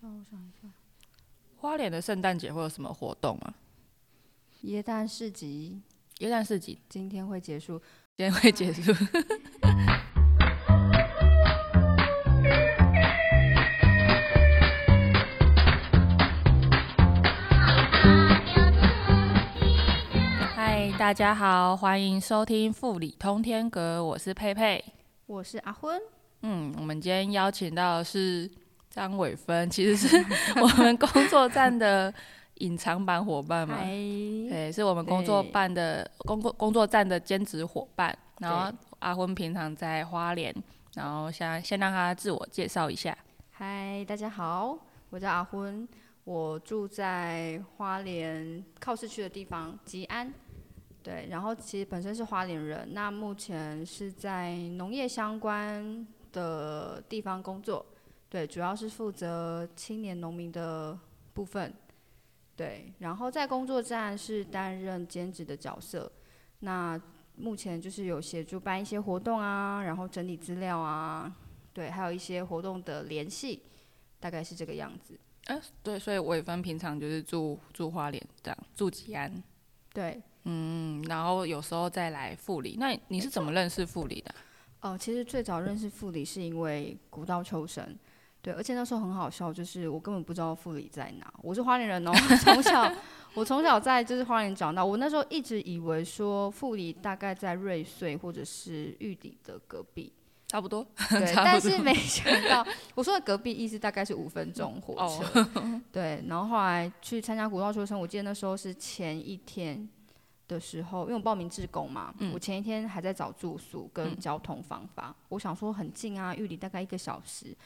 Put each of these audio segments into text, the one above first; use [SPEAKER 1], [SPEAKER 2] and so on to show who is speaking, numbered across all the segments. [SPEAKER 1] 让我想一下，
[SPEAKER 2] 花莲的圣诞节会有什么活动吗？
[SPEAKER 3] 耶诞市集
[SPEAKER 2] 耶诞市集
[SPEAKER 3] 今天会结束，
[SPEAKER 2] 今天会结束。嗯嗨，大家好，欢迎收听《富里通天阁》，我是佩佩。
[SPEAKER 3] 我是阿昏，
[SPEAKER 2] 嗯，我们今天邀请到的是张伟芬，其实 是我们工作站的隐藏版伙伴嘛。
[SPEAKER 3] 嗨，
[SPEAKER 2] 对，是我们工作
[SPEAKER 3] 对
[SPEAKER 2] 办的工作工作站的兼职伙伴。然后
[SPEAKER 3] 对
[SPEAKER 2] 阿昏平常在花莲，然后先先让他自我介绍一下。
[SPEAKER 3] 嗨，大家好，我叫阿昏，我住在花莲靠市区的地方吉安，对，然后其实本身是花莲人，那目前是在农业相关的地方工作，对，主要是负责青年农民的部分，对，然后在工作站是担任兼职的角色，那目前就是有协助办一些活动啊，然后整理资料啊，对，还有一些活动的联系，大概是这个样子。
[SPEAKER 2] 对，所以伟芬平常就是住住花莲这样，住吉安，
[SPEAKER 3] 对，
[SPEAKER 2] 嗯，然后有时候再来富里。那你是怎么认识富里的啊？
[SPEAKER 3] 哦、其实最早认识傅里是因为古道秋神，对，而且那时候很好笑，就是我根本不知道傅里在哪，我是花莲人哦，从小我从小在就是花莲长大，我那时候一直以为说傅里大概在瑞穗或者是玉里的隔壁，
[SPEAKER 2] 差不多，
[SPEAKER 3] 对，
[SPEAKER 2] 差不
[SPEAKER 3] 但是
[SPEAKER 2] 多
[SPEAKER 3] 没想到，我说的隔壁意思大概是五分钟火车。 对，然后后来去参加古道秋生，我记得那时候是前一天的时候，因为我报名志工嘛，我前一天还在找住宿跟交通方法，我想说很近啊，玉里大概一个小时。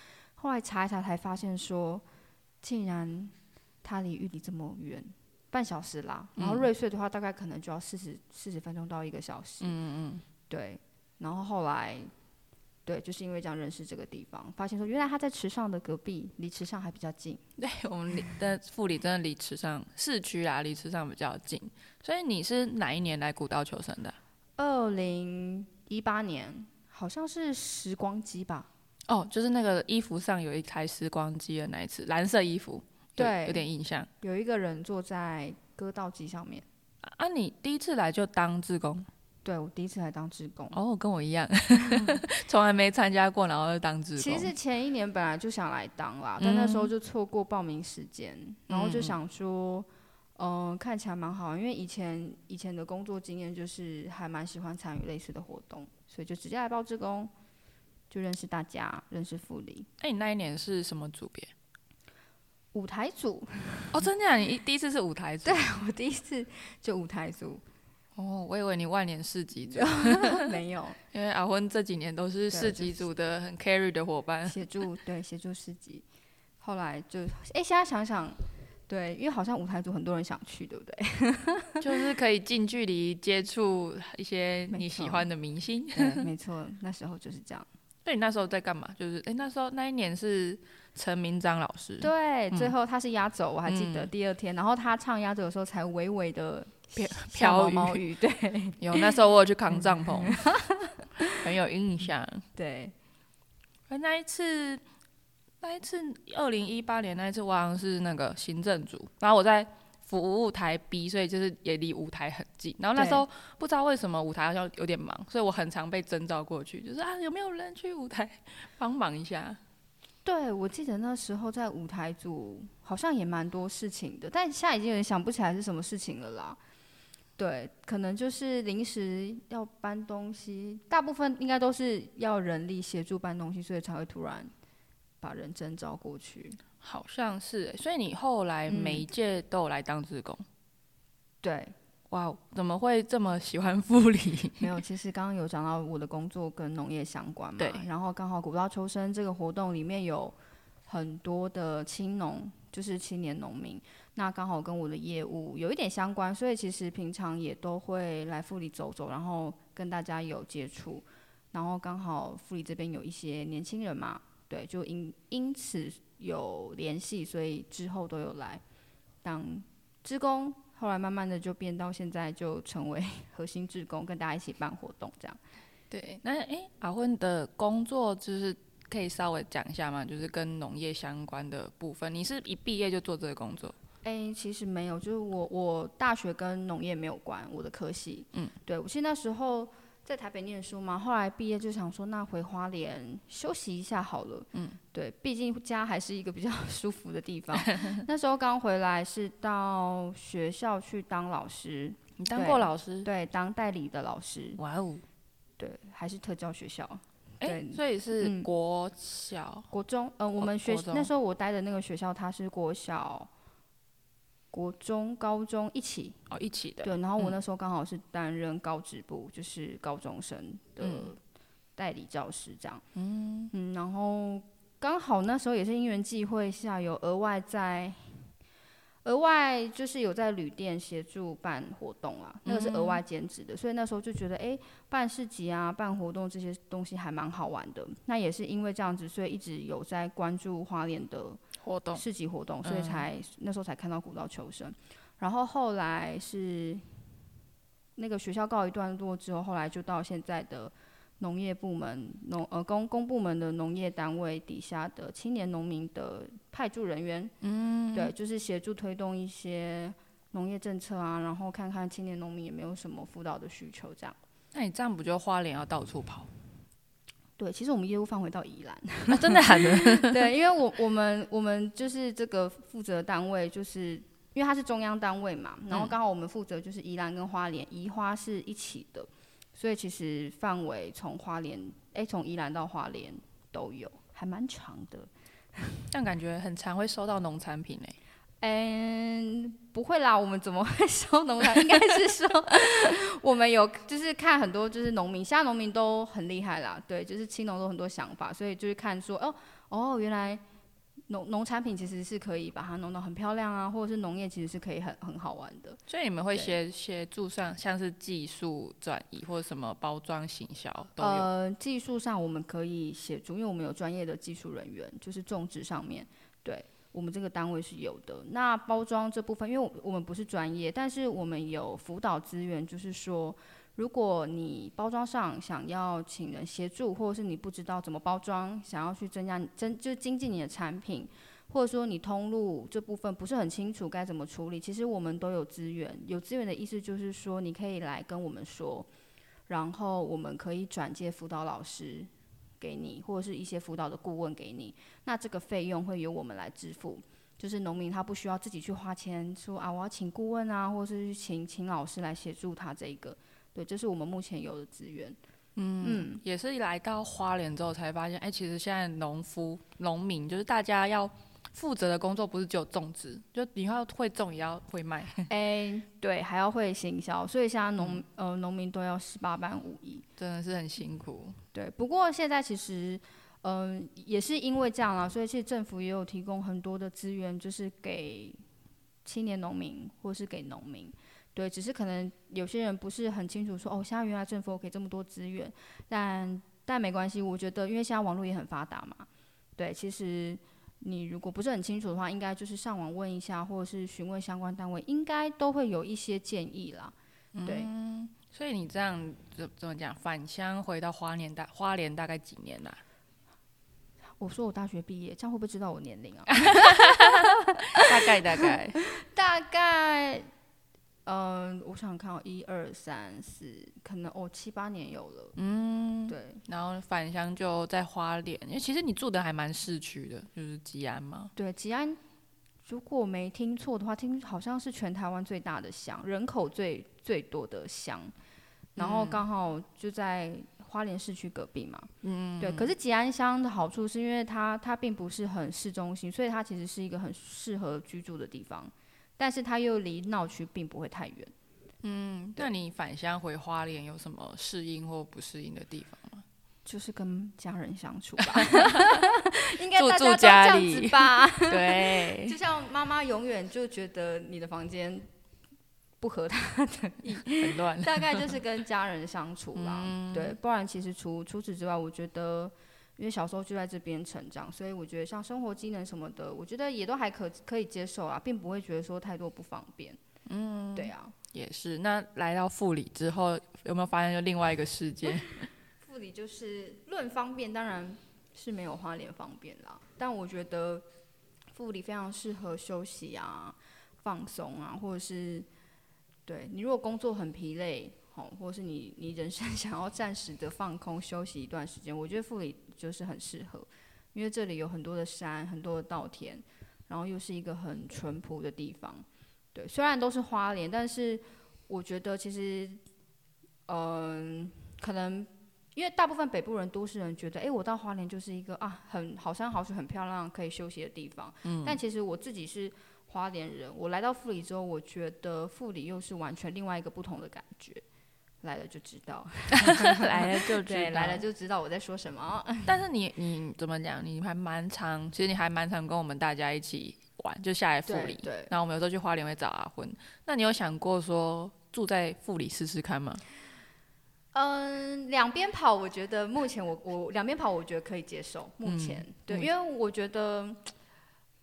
[SPEAKER 3] 后来查一查才发现说，竟然它离玉里这么远，半小时啦。然后瑞穗的话，大概可能就要四十四十分钟到一个小时。嗯嗯对，然后后来。对，就是因为这样认识这个地方，发现说原来它在池上的隔壁，离池上还比较近。
[SPEAKER 2] 对，哎我们离的富里真的离池上市区啊，离池上比较近。所以你是哪一年来古道求生的啊？
[SPEAKER 3] 二零一八年好像是时光机吧？
[SPEAKER 2] 哦，就是那个衣服上有一台时光机的那一次，蓝色衣服，有
[SPEAKER 3] 对
[SPEAKER 2] 有点印象
[SPEAKER 3] 有一个人坐在割稻机上面。
[SPEAKER 2] 啊。你第一次来就当志工，
[SPEAKER 3] 对我第一次来当志工，
[SPEAKER 2] 哦，跟我一样， 从来没参加过，然后就当志工。
[SPEAKER 3] 嗯
[SPEAKER 2] 嗯
[SPEAKER 3] 其实前一年本来就想来当啦，但那时候就错过报名时间，然后就想说，嗯、看起来蛮好，因为以前以前的工作经验就是还蛮喜欢参与类似的活动，所以就直接来报志工，就认识大家，认识傅里
[SPEAKER 2] 哎、你那一年是什么组别？
[SPEAKER 3] 舞台组，
[SPEAKER 2] 哦，真的啊、你一第一次是舞台组？对。
[SPEAKER 3] 我第一次就舞台组，
[SPEAKER 2] 哦，我以为你万年市集组，
[SPEAKER 3] 没有。
[SPEAKER 2] 因为阿昏这几年都是市集组的很 carry 的伙 伴。
[SPEAKER 3] 协助对协助市集，后来就哎，现在想想，对，因为好像舞台组很多人想去，对不对？
[SPEAKER 2] 就是可以近距离接触一些
[SPEAKER 3] 没
[SPEAKER 2] 你喜
[SPEAKER 3] 错
[SPEAKER 2] 欢的明星。
[SPEAKER 3] 对， 没错，那时候就是这样。
[SPEAKER 2] 那你那时候在干嘛？就是哎、那时候那一年是陈明章老师，
[SPEAKER 3] 对，最后他是压轴，我还记得第二天，然后他唱压轴的时候才微微的
[SPEAKER 2] 飘
[SPEAKER 3] 毛
[SPEAKER 2] 雨
[SPEAKER 3] 毛雨，对
[SPEAKER 2] 有那时候我有去扛帐篷，
[SPEAKER 3] 嗯
[SPEAKER 2] 很有印象。
[SPEAKER 3] 对，
[SPEAKER 2] 而那一次，那一次二零一八年那一次，我好像是那个行政组，然后我在服务台 B，所以就是也离舞台很近。然后那时候不知道为什么舞台好像有点忙，所以我很常被征召过去，就是啊有没有人去舞台帮忙一下？
[SPEAKER 3] 对，我记得那时候在舞台组好像也蛮多事情的，但现在已经有点想不起来是什么事情了啦。对，可能就是临时要搬东西，大部分应该都是要人力协助搬东西，所以才会突然把人征召过去。
[SPEAKER 2] 好像是欸、所以你后来每一届都有来当志工。
[SPEAKER 3] 对，
[SPEAKER 2] 哇哦，怎么会这么喜欢护理？
[SPEAKER 3] 没有，其实刚刚有讲到我的工作跟农业相关嘛，
[SPEAKER 2] 对
[SPEAKER 3] 然后刚好古道秋生这个活动里面有很多的青农，就是青年农民，那刚好跟我的业务有一点相关，所以其实平常也都会来富里走走，然后跟大家有接触，然后刚好富里这边有一些年轻人嘛，对，就因因此有联系，所以之后都有来当职工，后来慢慢的就变到现在就成为 核心职工，跟大家一起办活动这样。
[SPEAKER 2] 对，那哎、阿昏的工作就是可以稍微讲一下吗？就是跟农业相关的部分，你是一毕业就做这个工作？
[SPEAKER 3] 哎、其实没有，就是我我大学跟农业没有关，我的科系，嗯，对，我其实那时候在台北念书嘛，后来毕业就想说，那回花莲休息一下好了，嗯，对，毕竟家还是一个比较 舒服的地方。那时候刚回来是到学校去当老师，
[SPEAKER 2] 你当过老师？
[SPEAKER 3] 对，当代理的老师，
[SPEAKER 2] 哇哦！
[SPEAKER 3] 对，还是特教学校，
[SPEAKER 2] 哎、
[SPEAKER 3] 对
[SPEAKER 2] 所以是
[SPEAKER 3] 嗯
[SPEAKER 2] 国小，
[SPEAKER 3] 国中，呃，我
[SPEAKER 2] 哦
[SPEAKER 3] 们学
[SPEAKER 2] 国中
[SPEAKER 3] 那时候我待的那个学校，它是国小、国中、高中一起，
[SPEAKER 2] 哦，一起的。
[SPEAKER 3] 对，然后我
[SPEAKER 2] 嗯
[SPEAKER 3] 那时候刚好是担任高职部，就是高中生的
[SPEAKER 2] 嗯
[SPEAKER 3] 代理教师这样。嗯然后刚好那时候也是因缘际会下，有额外在额外就是有在旅店协助办活动
[SPEAKER 2] 嗯
[SPEAKER 3] 啊，那个是额外兼职的，所以那时候就觉得，哎、办市集啊、办活动这些东西还蛮好玩的。那也是因为这样子，所以一直有在关注花莲的
[SPEAKER 2] 活动，
[SPEAKER 3] 市集活动，所以才、那时候才看到古道求生。然后后来是那个学校告一段落之后，后来就到现在的农业部门农呃公公部门的农业单位底下的青年农民的派驻人员，嗯，对，就是协助推动一些农业政策啊，然后看看青年农民有没有什么辅导的需求这样。
[SPEAKER 2] 那你这样不就花莲要到处跑？
[SPEAKER 3] 对，其实我们业务放回到宜兰，
[SPEAKER 2] 啊、真的喊的，
[SPEAKER 3] 对，因为我我们我们就是这个负责单位，就是因为它是中央单位嘛，然后刚好我们负责就是宜兰跟花莲，宜花是一起的，所以其实范围从花莲，哎、从宜兰到花莲都有，还蛮长的。
[SPEAKER 2] 这样感觉很常会收到农产品诶、
[SPEAKER 3] 嗯，不会啦，我们怎么会 收农场？应该是说我们有，就是看很多就是农民，现在农民都很厉害啦，对，就是青农都很多想法，所以就是看说，哦哦，原来农农产品其实是可以把它弄得很漂亮啊，或者是农业其实是可以很很好玩的。
[SPEAKER 2] 所以你们会
[SPEAKER 3] 对
[SPEAKER 2] 协协助上，像是技术转移或者什么包装行销都有。
[SPEAKER 3] 呃，技术上我们可以协助，因为我们有专业的技术人员，就是种植上面，对我们这个单位是有的。那包装这部分，因为我我们不是专业，但是我们有辅导资源，就是说，如果你包装上想要请人协助，或者是你不知道怎么包装，想要去增加你增就是精进你的产品。或者说你通路这部分不是很清楚该怎么处理，其实我们都有资源。有资源的意思就是说，你可以来跟我们说，然后我们可以转介辅导老师给你，或者是一些辅导的顾问给你。那这个费用会由我们来支付，就是农民他不需要自己去花钱说啊，我要请顾问啊，或者是请请老师来协助他这一个。对，这是我们目前有的资源。
[SPEAKER 2] 也是来到花莲之后才发现，哎、其实现在农夫、农民就是大家要负责的工作，不是只有种植，就你要会种，也要会卖。
[SPEAKER 3] 哎、对，还要会行销，所以现在农、呃农民都要十八般武艺。
[SPEAKER 2] 真的是很辛苦。
[SPEAKER 3] 对，不过现在其实，嗯、也是因为这样啦，所以其实政府也有提供很多的资源，就是给青年农民或是给农民。对，只是可能有些人不是很清楚说，哦，现在原来政府有给这么多资源，但但没关系，我觉得因为现在网络也很发达嘛，对，其实你如果不是很清楚的话，应该就是上网问一下，或者是询问相关单位，应该都会有一些建议啦。对，
[SPEAKER 2] 所以你这样怎怎么讲？返乡回到花莲大花莲大概几年啦、
[SPEAKER 3] 我说我大学毕业，这样会不会知道我年龄啊？
[SPEAKER 2] 大概大概，
[SPEAKER 3] 大概，嗯、我想想看、哦，一二三四，可能哦七八年有了，嗯，对，
[SPEAKER 2] 然后返乡就在花莲，因为其实你住的还蛮市区的，就是吉安嘛。
[SPEAKER 3] 对，吉安，如果没听错的话，听好像是全台湾最大的乡，人口最最多的乡，然后刚好就在花莲市区隔壁嘛。嗯，对。可是吉安乡的好处是因为它它并不是很市中心，所以它其实是一个很适合居住的地方，但是它又离闹区并不会太远。
[SPEAKER 2] 嗯，那你返乡回花莲有什么适应或不适应的地方吗？
[SPEAKER 3] 就是跟家人相处吧， 应该
[SPEAKER 2] 住
[SPEAKER 3] 大
[SPEAKER 2] 住
[SPEAKER 3] 家都这
[SPEAKER 2] 家
[SPEAKER 3] 样
[SPEAKER 2] 里
[SPEAKER 3] 子 吧。
[SPEAKER 2] 对，
[SPEAKER 3] 就像妈妈永远就觉得你的房间不合她，
[SPEAKER 2] 很乱。
[SPEAKER 3] 大概就是跟家人相处啦。对，不然其实除除此之外，我觉得因为小时候就在这边成长，所以我觉得像生活机能什么的，我觉得也都还可可以接受啊，并不会觉得说太多不方便。嗯，对啊，
[SPEAKER 2] 也是。那来到富里之后，有没有发现就另外一个世界？
[SPEAKER 3] 护理就是论方便，当然。是没有花莲方便啦。但我觉得富里非常适合休息啊、放松啊，或者是对你如果工作很疲累，好，或者是你你人生 想要暂时的放空休息一段时间，我觉得富里就是很适合，因为这里有很多的山、很多的稻田，然后又是一个很淳朴的地方。对，虽然都是花莲，但是我觉得其实，嗯、可能因为大部分北部人、都市人觉得，诶，我到花莲就是一个啊，很好山好水、很漂亮、可以休息的地方。嗯、但其实我自己是花莲人，我来到富里之后，我觉得富里又是完全另外一个不同的感觉。来了就知道，
[SPEAKER 2] 来了就知
[SPEAKER 3] 对，来
[SPEAKER 2] 道
[SPEAKER 3] 了就知道我在说什么。
[SPEAKER 2] 但是你你怎么讲？你还蛮常，其实你还蛮常跟我们大家一起玩，就下来富
[SPEAKER 3] 对
[SPEAKER 2] 里。
[SPEAKER 3] 对
[SPEAKER 2] 然后我们有时候去花莲会找阿婚。那你有想过说住在富里试试看吗？
[SPEAKER 3] 嗯，两边跑，我觉得目前我我两边跑，我觉得可以接受。目前、对，
[SPEAKER 2] 嗯
[SPEAKER 3] 因为我觉得，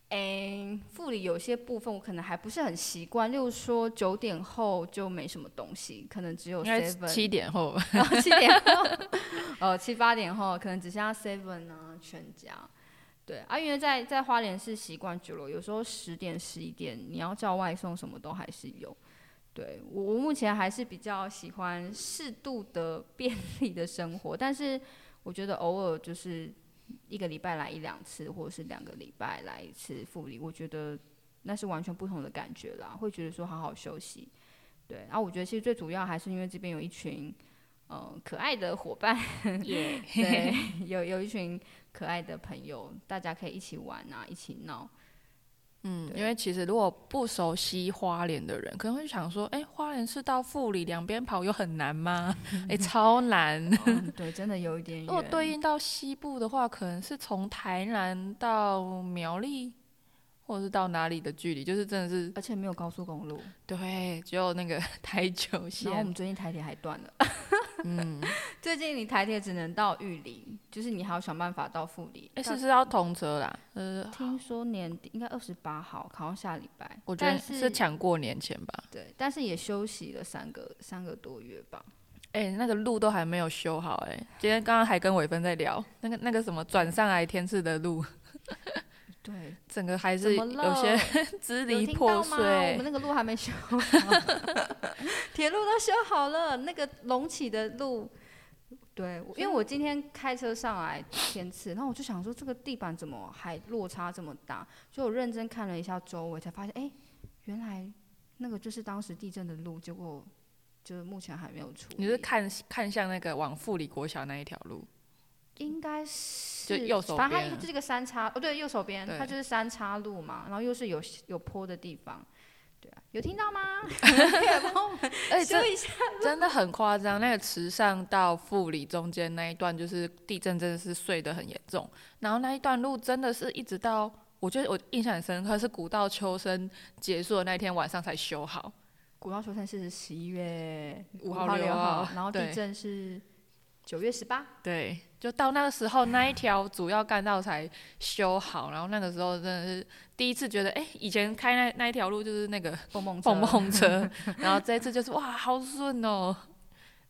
[SPEAKER 3] 诶，副理有些部分我可能还不是很习惯，例如说九点后就没什么东西，可能只有
[SPEAKER 2] 应该
[SPEAKER 3] seven，
[SPEAKER 2] 七点后吧。
[SPEAKER 3] 然后七点后，呃，七八点后可能只剩下 seven 啊，全家。对啊，因为在在花莲是习惯久了，有时候十点十一点你要叫外送什么都还是有。对我我目前还是比较喜欢适度的便利的生活，但是我觉得偶尔就是一个礼拜来一两次，或者是两个礼拜来一次复理，我觉得那是完全不同的感觉啦，会觉得说好好休息。对，然、后我觉得其实最主要还是因为这边有一群嗯可爱的伙伴， 对，有有一群可爱的朋友，大家可以一起玩啊，一起 闹。
[SPEAKER 2] 嗯，
[SPEAKER 3] 对
[SPEAKER 2] 因为其实如果不熟悉花莲的人，可能会想说，哎、花莲是到富里两边跑有很难吗？哎、超难。
[SPEAKER 3] 嗯对，真的有一点
[SPEAKER 2] 如果哦
[SPEAKER 3] 远。
[SPEAKER 2] 对应到西部的话，可能是从台南到苗栗，或者是到哪里的距离，就是真的是
[SPEAKER 3] 而且没有高速公路，
[SPEAKER 2] 对，只有那个 台九
[SPEAKER 3] 然后我
[SPEAKER 2] 线
[SPEAKER 3] 们。最近台铁还断了。
[SPEAKER 2] 啊 嗯，
[SPEAKER 3] 最近你台铁只能到玉林，就是你还要想办法到富里。
[SPEAKER 2] 哎、
[SPEAKER 3] 但
[SPEAKER 2] 是是要通车啦，呃，
[SPEAKER 3] 听说年底应该二十八号，好像下礼拜。
[SPEAKER 2] 我觉得
[SPEAKER 3] 但
[SPEAKER 2] 是
[SPEAKER 3] 是
[SPEAKER 2] 抢过年前吧。
[SPEAKER 3] 对，但是也休息了三个三个多月吧。
[SPEAKER 2] 哎、那个路都还没有修好哎、今天刚刚还跟伟芬在聊那个那个什么转上来天赐的路，
[SPEAKER 3] 对，
[SPEAKER 2] 整个还
[SPEAKER 3] 怎
[SPEAKER 2] 是
[SPEAKER 3] 么
[SPEAKER 2] 有
[SPEAKER 3] 了？
[SPEAKER 2] 些 支
[SPEAKER 3] 有
[SPEAKER 2] 离
[SPEAKER 3] 听到
[SPEAKER 2] 破
[SPEAKER 3] 吗？我们
[SPEAKER 2] 碎。
[SPEAKER 3] 那个路还没修好， 铁路都修好了，那个隆起的路。 对，我因为我今天开车上来天赐，然后我就想说这个地板怎么还落差这么大，所以我认真看了一下周围，才发现哎、诶原来那个就是当时地震的路，结果就是目前还没有处理。
[SPEAKER 2] 你是看看向那个往富里国小那一条路，
[SPEAKER 3] 应该是
[SPEAKER 2] 就右手
[SPEAKER 3] 反正它
[SPEAKER 2] 边啊
[SPEAKER 3] 就是个三叉哦，对，右手边
[SPEAKER 2] 对
[SPEAKER 3] 它就是三叉路嘛，然后又是有有坡的地方，对啊，有听到吗？
[SPEAKER 2] 哎、这
[SPEAKER 3] 修一下，
[SPEAKER 2] 真的很夸张，那个池上到富里中间那一段，就是地震真的是碎得很严重，然后那一段路真的是一直到，我觉得我印象很深刻，是古道秋生结束的那一天晚上才修好。
[SPEAKER 3] 古道求生是十一月
[SPEAKER 2] 五号
[SPEAKER 3] 号、
[SPEAKER 2] 六
[SPEAKER 3] 六
[SPEAKER 2] 号
[SPEAKER 3] 然后
[SPEAKER 2] 对
[SPEAKER 3] 地震是九月十八。
[SPEAKER 2] 对，就到那个时候，那一条主要干道才修好，然后那个时候真的是第一次觉得，哎、以前开那那一条路就是那个
[SPEAKER 3] 蹦蹦车
[SPEAKER 2] 碰，碰车，然后这一次就是哇，好顺哦。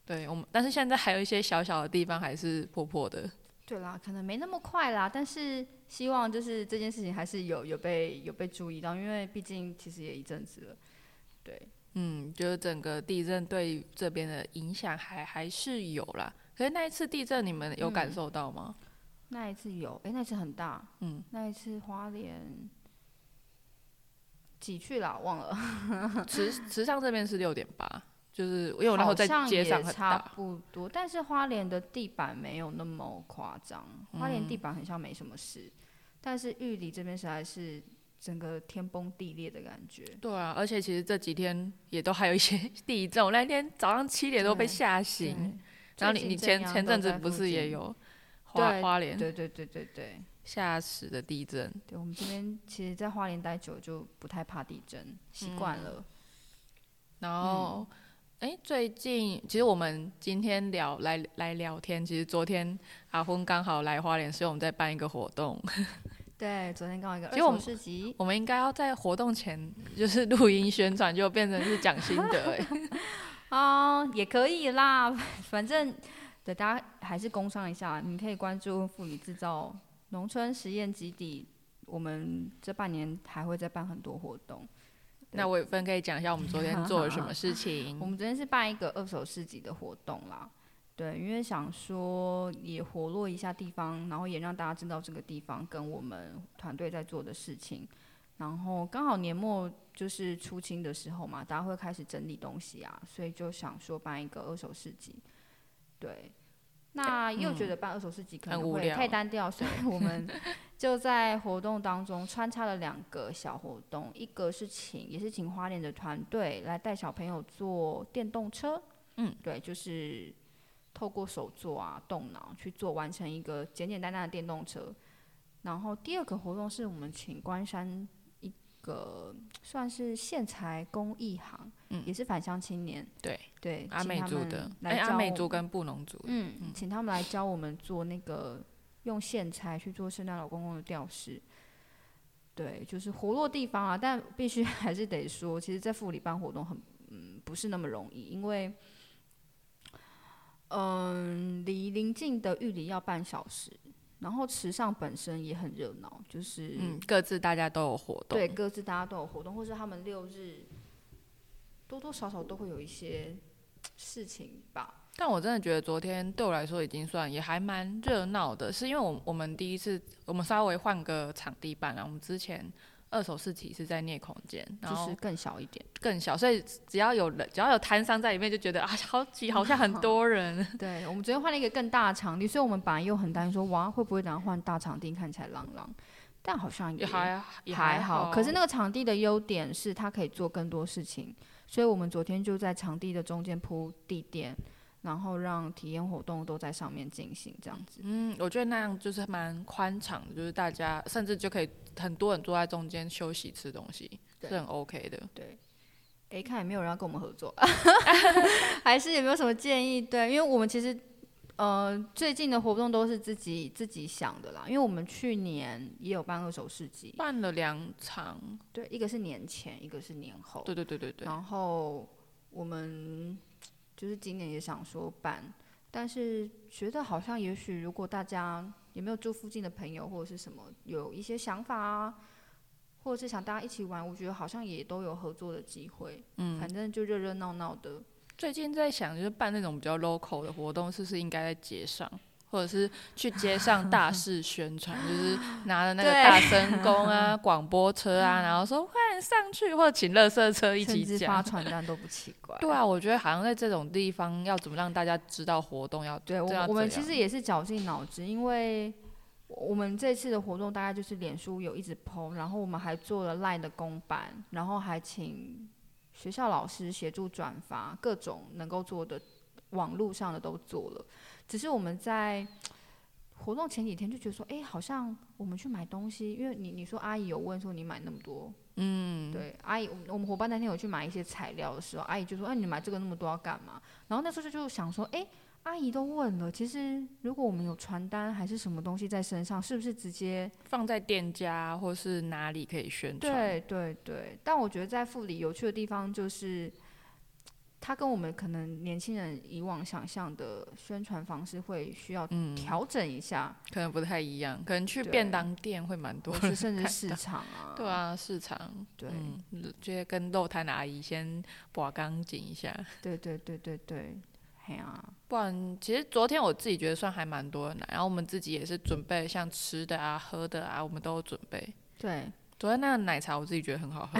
[SPEAKER 2] 对我们，但是现在还有一些小小的地方还是破破的。
[SPEAKER 3] 对啦，可能没那么快啦，但是希望就是这件事情还是有有被有被注意到，因为毕竟其实也一阵子了，对，
[SPEAKER 2] 嗯，就是整个地震对这边的影响还还是有啦。可是那一次地震，你们有
[SPEAKER 3] 嗯
[SPEAKER 2] 感受到吗？
[SPEAKER 3] 那一次有，诶，那一次很大，
[SPEAKER 2] 嗯，
[SPEAKER 3] 那一次花莲几去啦，忘了，
[SPEAKER 2] 池池上这边是六点八，就是因为我那时候在
[SPEAKER 3] 好像
[SPEAKER 2] 街
[SPEAKER 3] 也
[SPEAKER 2] 上很
[SPEAKER 3] 差
[SPEAKER 2] 大，
[SPEAKER 3] 不多，但是花莲的地板没有那么夸张，花莲
[SPEAKER 2] 嗯
[SPEAKER 3] 地板很像没什么事，但是玉里这边实在是整个天崩地裂的感觉，
[SPEAKER 2] 对啊，而且其实这几天也都还有一些 地震，我那天早上七点都被
[SPEAKER 3] 对
[SPEAKER 2] 吓
[SPEAKER 3] 对
[SPEAKER 2] 醒。然后你你前前阵子不是也？有花
[SPEAKER 3] 对
[SPEAKER 2] 花
[SPEAKER 3] 最近正阳都在附近
[SPEAKER 2] 莲
[SPEAKER 3] 对对对对对
[SPEAKER 2] 吓死的地震？
[SPEAKER 3] 对，我们这边其实，在花莲待久了就不太怕地震，习
[SPEAKER 2] 嗯
[SPEAKER 3] 惯了。
[SPEAKER 2] 然后，哎、最近其实我们今天聊来来聊天，其实昨天阿昏刚好来花莲，所以我们在办一个活动，
[SPEAKER 3] 对，昨天刚好一个
[SPEAKER 2] 其
[SPEAKER 3] 二
[SPEAKER 2] 实我
[SPEAKER 3] 手
[SPEAKER 2] 们
[SPEAKER 3] 市集，
[SPEAKER 2] 我们应该要在活动前就是录音宣传，就变成是讲心得、欸。
[SPEAKER 3] 啊、也可以啦，反正对，大家还是工商一下，你可以关注妇女制造农村实验基地，我们这半年还会再办很多活动。
[SPEAKER 2] 那我有分可以讲一下我们昨天做了什么事
[SPEAKER 3] 我
[SPEAKER 2] 情。
[SPEAKER 3] 们昨天是办一个二手市集的活动啦，对，因为想说也活络一下地方，然后也让大家知道这个地方跟我们团队在做的事情。然后刚好年末就是出清的时候嘛，大家会开始整理东西啊，所以就想说办一个二手市集。对，那又觉得办二手市集可
[SPEAKER 2] 哎嗯很
[SPEAKER 3] 能
[SPEAKER 2] 无
[SPEAKER 3] 会
[SPEAKER 2] 聊
[SPEAKER 3] 太单调，所以我 们就在活动当中穿插了两个小活动，一个是请也是请花莲的团队来带小朋友坐电动车，
[SPEAKER 2] 嗯，
[SPEAKER 3] 对，就是透过手做啊动脑去做完成一个简简单单的电动车。然后第二个活动是我们请关山一个算是线材工艺行，
[SPEAKER 2] 嗯
[SPEAKER 3] 也是返乡青年，
[SPEAKER 2] 对
[SPEAKER 3] 对，
[SPEAKER 2] 阿
[SPEAKER 3] 请
[SPEAKER 2] 美
[SPEAKER 3] 他
[SPEAKER 2] 族
[SPEAKER 3] 们
[SPEAKER 2] 的，哎，
[SPEAKER 3] 来教
[SPEAKER 2] 阿美
[SPEAKER 3] 我
[SPEAKER 2] 族跟布农族的，
[SPEAKER 3] 嗯，请他们来教我们做那个用线材去做圣诞老公公的吊饰。对，就是活络地方啊，但必须还是得说，其实，在富里办活动很，嗯，不是那么容易，因为，嗯，离邻近的玉里要半小时，然后池上本身也很热闹，就是，
[SPEAKER 2] 嗯，各自大家都有活动，
[SPEAKER 3] 对，各自大家都有活动，或是他们六日多多少少都会有一些事情吧，
[SPEAKER 2] 但我真的觉得昨天对我来说已经算也还蛮热闹的，是因为我我们第一次我们稍微换个场地办了，啊我们之前二手市集是在聂空间，然
[SPEAKER 3] 就
[SPEAKER 2] 后
[SPEAKER 3] 是更小一点。
[SPEAKER 2] 更小，所以只要有人只要有摊商在里面，就觉得啊好挤，好像很多人。
[SPEAKER 3] 对，我们昨天换了一个更大的场地，所以我们本来又很担心说，哇，会不会等下换大场地看起来朗朗？但好像
[SPEAKER 2] 也
[SPEAKER 3] 也
[SPEAKER 2] 还也
[SPEAKER 3] 还
[SPEAKER 2] 好，
[SPEAKER 3] 可是那个场地的优点是它可以做更多事情，所以我们昨天就在场地的中间铺地垫，然后让体验活动都在上面进行，这样子。
[SPEAKER 2] 嗯，我觉得那样就是蛮宽敞的，就是大家甚至就可以很多人坐在中间休息吃东西，
[SPEAKER 3] 对
[SPEAKER 2] 是很 OK 的。
[SPEAKER 3] 对，诶，看有没有人要跟我们合作， 还是有没有什么建议？对，因为我们其实呃最近的活动都是自己自己想的啦，因为我们去年也有办二手市集，
[SPEAKER 2] 办了两场，
[SPEAKER 3] 对，一个是年前，一个是年后。
[SPEAKER 2] 对对对对对，
[SPEAKER 3] 然后我们就是今年也想说办，但是觉得好像也许如果大家有没有住附近的朋友或者是什么，有一些想法啊，或者是想大家一起玩，我觉得好像也都有合作的机会。嗯，反正就热热闹闹的。
[SPEAKER 2] 最近在想，就是办那种比较 local 的活动，是不是应该在街上，或者是去街上大肆宣传，就是拿着那个
[SPEAKER 3] 对
[SPEAKER 2] 大声公 啊、广播车啊，然后说快点上去，或者请乐色车一
[SPEAKER 3] 甚
[SPEAKER 2] 起
[SPEAKER 3] 至嗯发
[SPEAKER 2] 讲。
[SPEAKER 3] 传单都不奇怪。
[SPEAKER 2] 对啊，我觉得好像在这种地方，要怎么让大家知道活动要
[SPEAKER 3] 对，我啊
[SPEAKER 2] 这要
[SPEAKER 3] 们我们
[SPEAKER 2] 怎
[SPEAKER 3] 其
[SPEAKER 2] 样
[SPEAKER 3] 实也是绞尽脑汁，因为我们这次的活动大概就是脸书有一直 PO，然后我们还做了 LINE 的公版，然后还请学校老师协助转发，各种能够做的网络上的都做了。只是我们在活动前几天就觉得说，哎，好像我们去买东西，因为你你说阿姨有问说你买那么多，嗯，对，阿姨，我们我们伙伴那天有去买一些材料的时候，阿姨就说，哎，你买这个那么多要干嘛？然后那时候就就想说，哎，阿姨都问了，其实如果我们有传单还是什么东西在身上，是不是直接？
[SPEAKER 2] 放在店家啊或是哪里可以宣传？
[SPEAKER 3] 对对对，但我觉得在富里有趣的地方就是，它跟我们可能年轻人以往想象的宣传方式会需要
[SPEAKER 2] 嗯
[SPEAKER 3] 调整 一下，
[SPEAKER 2] 可能不太一样，可能去
[SPEAKER 3] 对
[SPEAKER 2] 便当店会蛮多
[SPEAKER 3] 或
[SPEAKER 2] 人
[SPEAKER 3] 是甚至
[SPEAKER 2] 看
[SPEAKER 3] 市
[SPEAKER 2] 到
[SPEAKER 3] 场啊，
[SPEAKER 2] 对啊，市场，
[SPEAKER 3] 对
[SPEAKER 2] 嗯，直接跟肉摊阿姨先把钢紧一下。
[SPEAKER 3] 对对对对对，嘿啊，
[SPEAKER 2] 不然，其实昨天我自己觉得算还蛮多人来，然后我们自己也是准备像吃的啊、喝的啊，我们都有准备。
[SPEAKER 3] 对，
[SPEAKER 2] 昨天那个奶茶我自己觉得很好 喝，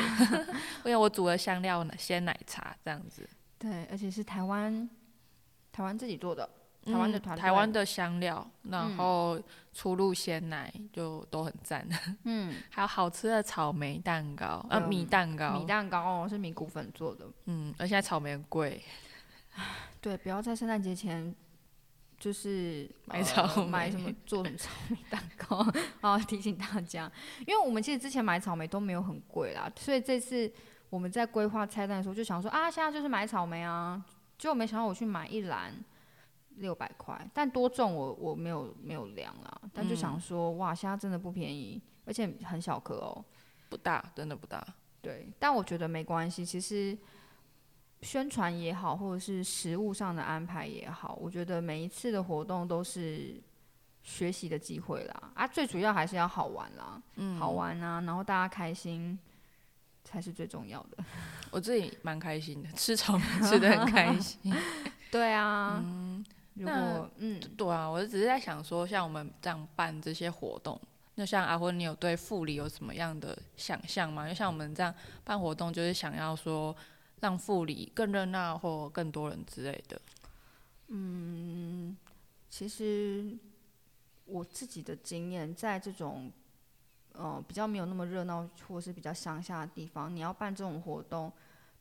[SPEAKER 2] 因为我煮了香料奶鲜奶茶这样子，
[SPEAKER 3] 对，而且是台湾台湾自己做的，台湾的
[SPEAKER 2] 嗯
[SPEAKER 3] 团队，
[SPEAKER 2] 台湾的嗯香料，然后初露鲜奶就都很赞，
[SPEAKER 3] 嗯，
[SPEAKER 2] 还有好吃的草莓蛋糕，啊
[SPEAKER 3] 对
[SPEAKER 2] 米蛋糕，
[SPEAKER 3] 米蛋糕哦是米谷粉做的，
[SPEAKER 2] 嗯，而且草莓很贵，
[SPEAKER 3] 对，不要在圣诞节前就是
[SPEAKER 2] 买草莓
[SPEAKER 3] 呃、 买什么做什么草莓蛋糕啊，提醒大家，因为我们其实之前买草莓都没有很贵啦，所以这次我们在规划菜单的时候就想说啊，现在就是买草莓啊，结果没想到我去买一篮。六百块，但多重我我没有没有量啦，但就
[SPEAKER 2] 嗯
[SPEAKER 3] 想说、哇，现在真的不便宜，而且很小颗哦、
[SPEAKER 2] 不大，真的不大。
[SPEAKER 3] 对，但我觉得没关系。其实宣传也好，或者是实物上的安排也好，我觉得每一次的活动都是学习的机会啦。啊，最主要还是要好玩啦，好玩啊，然后大家开心才是最重要的。
[SPEAKER 2] 我自己蛮开心的，吃草莓吃的很开心。
[SPEAKER 3] 对啊，如果嗯，
[SPEAKER 2] 对啊，我只是在想说，像我们这样办这些活动，那像阿辉，你有对富里有什么样的想象吗？就像我们这样办活动，就是想要说让富里更热闹或更多人之类的。
[SPEAKER 3] 其实我自己的经验，在这种呃比较没有那么热闹或是比较乡下的地方，你要办这种活动，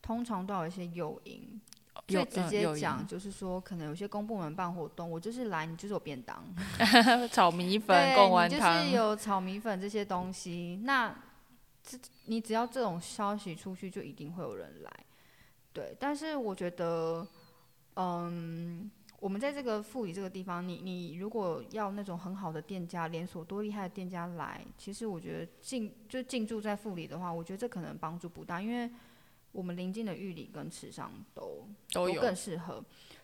[SPEAKER 3] 通常都要有一些诱因。
[SPEAKER 2] 有
[SPEAKER 3] 哦最直
[SPEAKER 2] 嗯
[SPEAKER 3] 接
[SPEAKER 2] 有
[SPEAKER 3] 讲就是说，可能有些公部门办活动，我就是来，你就是有 便当，
[SPEAKER 2] 炒米粉、
[SPEAKER 3] 对，
[SPEAKER 2] 贡丸
[SPEAKER 3] 你就
[SPEAKER 2] 汤，
[SPEAKER 3] 是有炒米粉这些东西。那这你只要这种消息出去，就一定会有人来。对，但是我觉得，嗯，我们在这个富里这个地方，你你如果要那种很好的店家，连锁多厉害的店家来，其实我觉得进就进驻在富里的话，我觉得这可能帮助不大，因为我们邻近的玉里跟池上都
[SPEAKER 2] 都有
[SPEAKER 3] 更适合。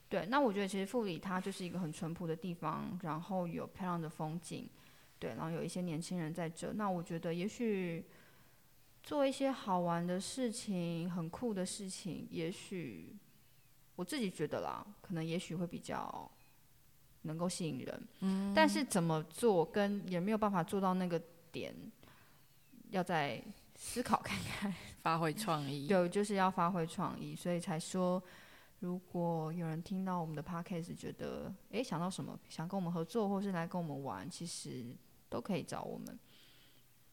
[SPEAKER 3] 对，那我觉得其实富里它就是一个很淳朴的地方，然后有漂亮的风景，对，然后有一些年轻人在这。那我觉得也许做一些好玩的事情、很酷的事情，也许我自己觉得啦，可能也许会比较能够吸引人。嗯，但是怎么做跟也没有办法做到那个点，要再思考看看。
[SPEAKER 2] 发挥创意。
[SPEAKER 3] 对，就是要发挥创意，所以才说，如果有人听到我们的 podcast，觉得诶想到什么，想跟我们合作，或是来跟我们玩，其实都可以找我们。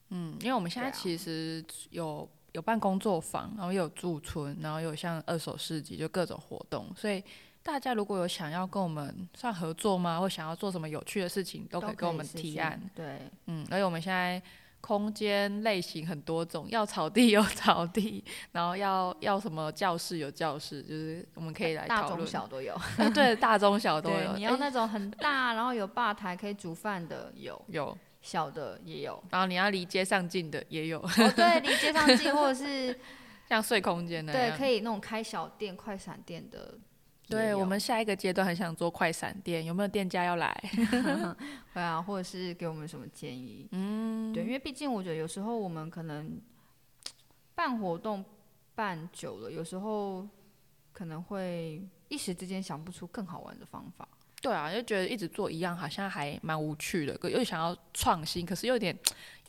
[SPEAKER 2] 嗯，因为我们现在
[SPEAKER 3] 对啊
[SPEAKER 2] 其实有有办工作坊，然后也有驻村，然后有像二手市集，就各种活动，所以大家如果有想要跟我们算合作吗，或想要做什么有趣的事情，都可以跟我们
[SPEAKER 3] 试
[SPEAKER 2] 提
[SPEAKER 3] 试
[SPEAKER 2] 案。。
[SPEAKER 3] 对，
[SPEAKER 2] 嗯，而且我们现在空间类型很多种，要草地有草地，然后要要什么教室有教室，就是我们可以来
[SPEAKER 3] 大
[SPEAKER 2] 讨
[SPEAKER 3] 中
[SPEAKER 2] 论。
[SPEAKER 3] 小都有。
[SPEAKER 2] 呃 对，大中小都
[SPEAKER 3] 对
[SPEAKER 2] 有。， 哎
[SPEAKER 3] 你要
[SPEAKER 2] 诶
[SPEAKER 3] 那种很大，然后有吧台可以煮饭的有，
[SPEAKER 2] 有，
[SPEAKER 3] 小的 也有。
[SPEAKER 2] 然后你要离街上近的也有，
[SPEAKER 3] 哦，对，离街上近，或者是
[SPEAKER 2] 像睡空间 那
[SPEAKER 3] 对，
[SPEAKER 2] 样。
[SPEAKER 3] 可以那种开小店、快闪店的也有。
[SPEAKER 2] 对我们下一个阶段很想做快闪店，有没有店家要来？
[SPEAKER 3] 对啊，或者是给我们什么建议？嗯，对，因为毕竟我觉得有时候我们可能办活动办久了，有时候可能会一时之间想不出更好玩的方法。
[SPEAKER 2] 对啊，就觉得一直做一样好像还蛮无趣的，可又想要创新，可是又有点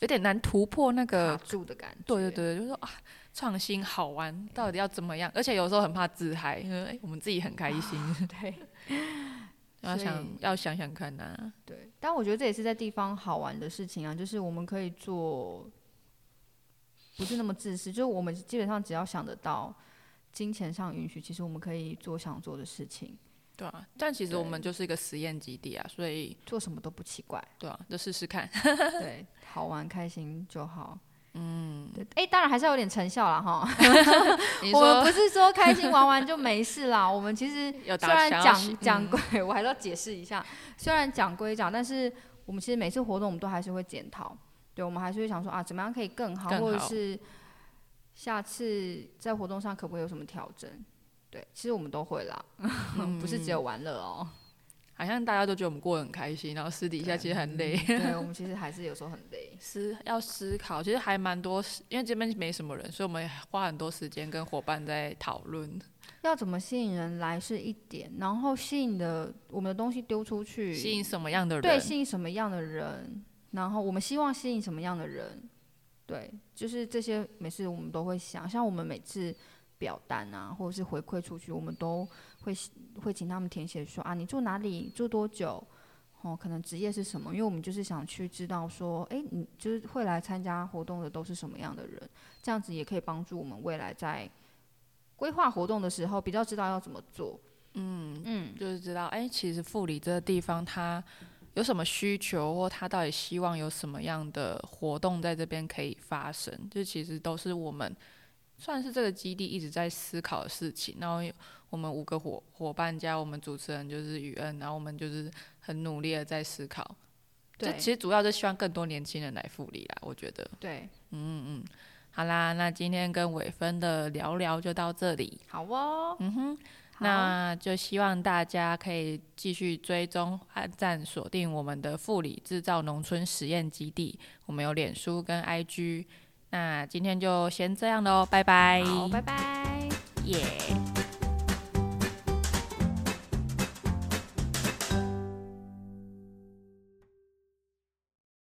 [SPEAKER 2] 有点难突破那
[SPEAKER 3] 卡
[SPEAKER 2] 个。
[SPEAKER 3] 住的感觉，
[SPEAKER 2] 呃对对，对，就是说啊，创新好玩，到底要怎么样？而且有时候很怕自嗨，因为哎我们自己很开心，
[SPEAKER 3] 对
[SPEAKER 2] 要
[SPEAKER 3] 所以
[SPEAKER 2] 想要想想看啊呐、
[SPEAKER 3] 对。但我觉得这也是在地方好玩的事情啊，就是我们可以做，不是那么自私，就是我们基本上只要想得到金钱上允许，其实我们可以做想做的事情，
[SPEAKER 2] 对啊，但其实我们就是一个实验基地啊，所以
[SPEAKER 3] 做什么都不奇怪。
[SPEAKER 2] 对啊，就试试看。
[SPEAKER 3] 对，好玩开心就好。嗯，对，哎、当然还是要有点成效啦哈。
[SPEAKER 2] 你
[SPEAKER 3] 我们
[SPEAKER 2] 说
[SPEAKER 3] 不是说开心玩玩就没事啦，我们其实
[SPEAKER 2] 有
[SPEAKER 3] 虽
[SPEAKER 2] 打嗯
[SPEAKER 3] 然
[SPEAKER 2] 想要
[SPEAKER 3] 讲
[SPEAKER 2] 洗
[SPEAKER 3] 讲归， 我还是要解释一下。虽然讲归讲，但是我们其实每次活动我们都还是会检讨，对，我们还是会想说啊，怎么样可以更好，
[SPEAKER 2] 更
[SPEAKER 3] 或者
[SPEAKER 2] 好
[SPEAKER 3] 是下次在活动上可不可以有什么调整？对，其实我们都会啦， 不
[SPEAKER 2] 嗯
[SPEAKER 3] 是只有玩乐哦。
[SPEAKER 2] 好像大家都觉得我们过得很开心，然后私底下其实很累。
[SPEAKER 3] 对，我们其实还是有时候很累。
[SPEAKER 2] 思嗯要思考，其实还蛮多时，因为这边没什么人，所以我们花很多时间跟伙伴在讨论，
[SPEAKER 3] 要怎么吸引人来是一点，然后吸引的我们的东西丢出去，
[SPEAKER 2] 吸引什么样的人？
[SPEAKER 3] 对吸引什么样的人，然后我们希望吸引什么样的人，对，就是这些每次我们都会想，像我们每次表单啊，或者是回馈出去，我们都会会请他们填写说啊，你住哪里，住多久。哦，可能职业是什么？因为我们就是想去知道说，诶，你就是会来参加活动的都是什么样的人，这样子也可以帮助我们未来在规划活动的时候比较知道要怎么做。
[SPEAKER 2] 就是知道，哎、其实富里这个地方它有什么需求，或它到底希望有什么样的活动在这边可以发生，就其实都是我们算是这个基地一直在思考的事情。然后我们五个伙伙伴加我们主持人就是雨恩，然后我们就是很努力的在思考。就
[SPEAKER 3] 对
[SPEAKER 2] 其实主要就希望更多年轻人来富里啦，我觉得。
[SPEAKER 3] 对，
[SPEAKER 2] 好啦，那今天跟伟芬的聊聊就到这里。
[SPEAKER 3] 好哦，
[SPEAKER 2] 嗯哼，那就希望大家可以继续追踪、按赞、锁定我们的富里制造农村实验基地。我们有脸书跟 IG。那今天就先这样喽，拜拜。
[SPEAKER 3] 好，拜拜。
[SPEAKER 2] 耶。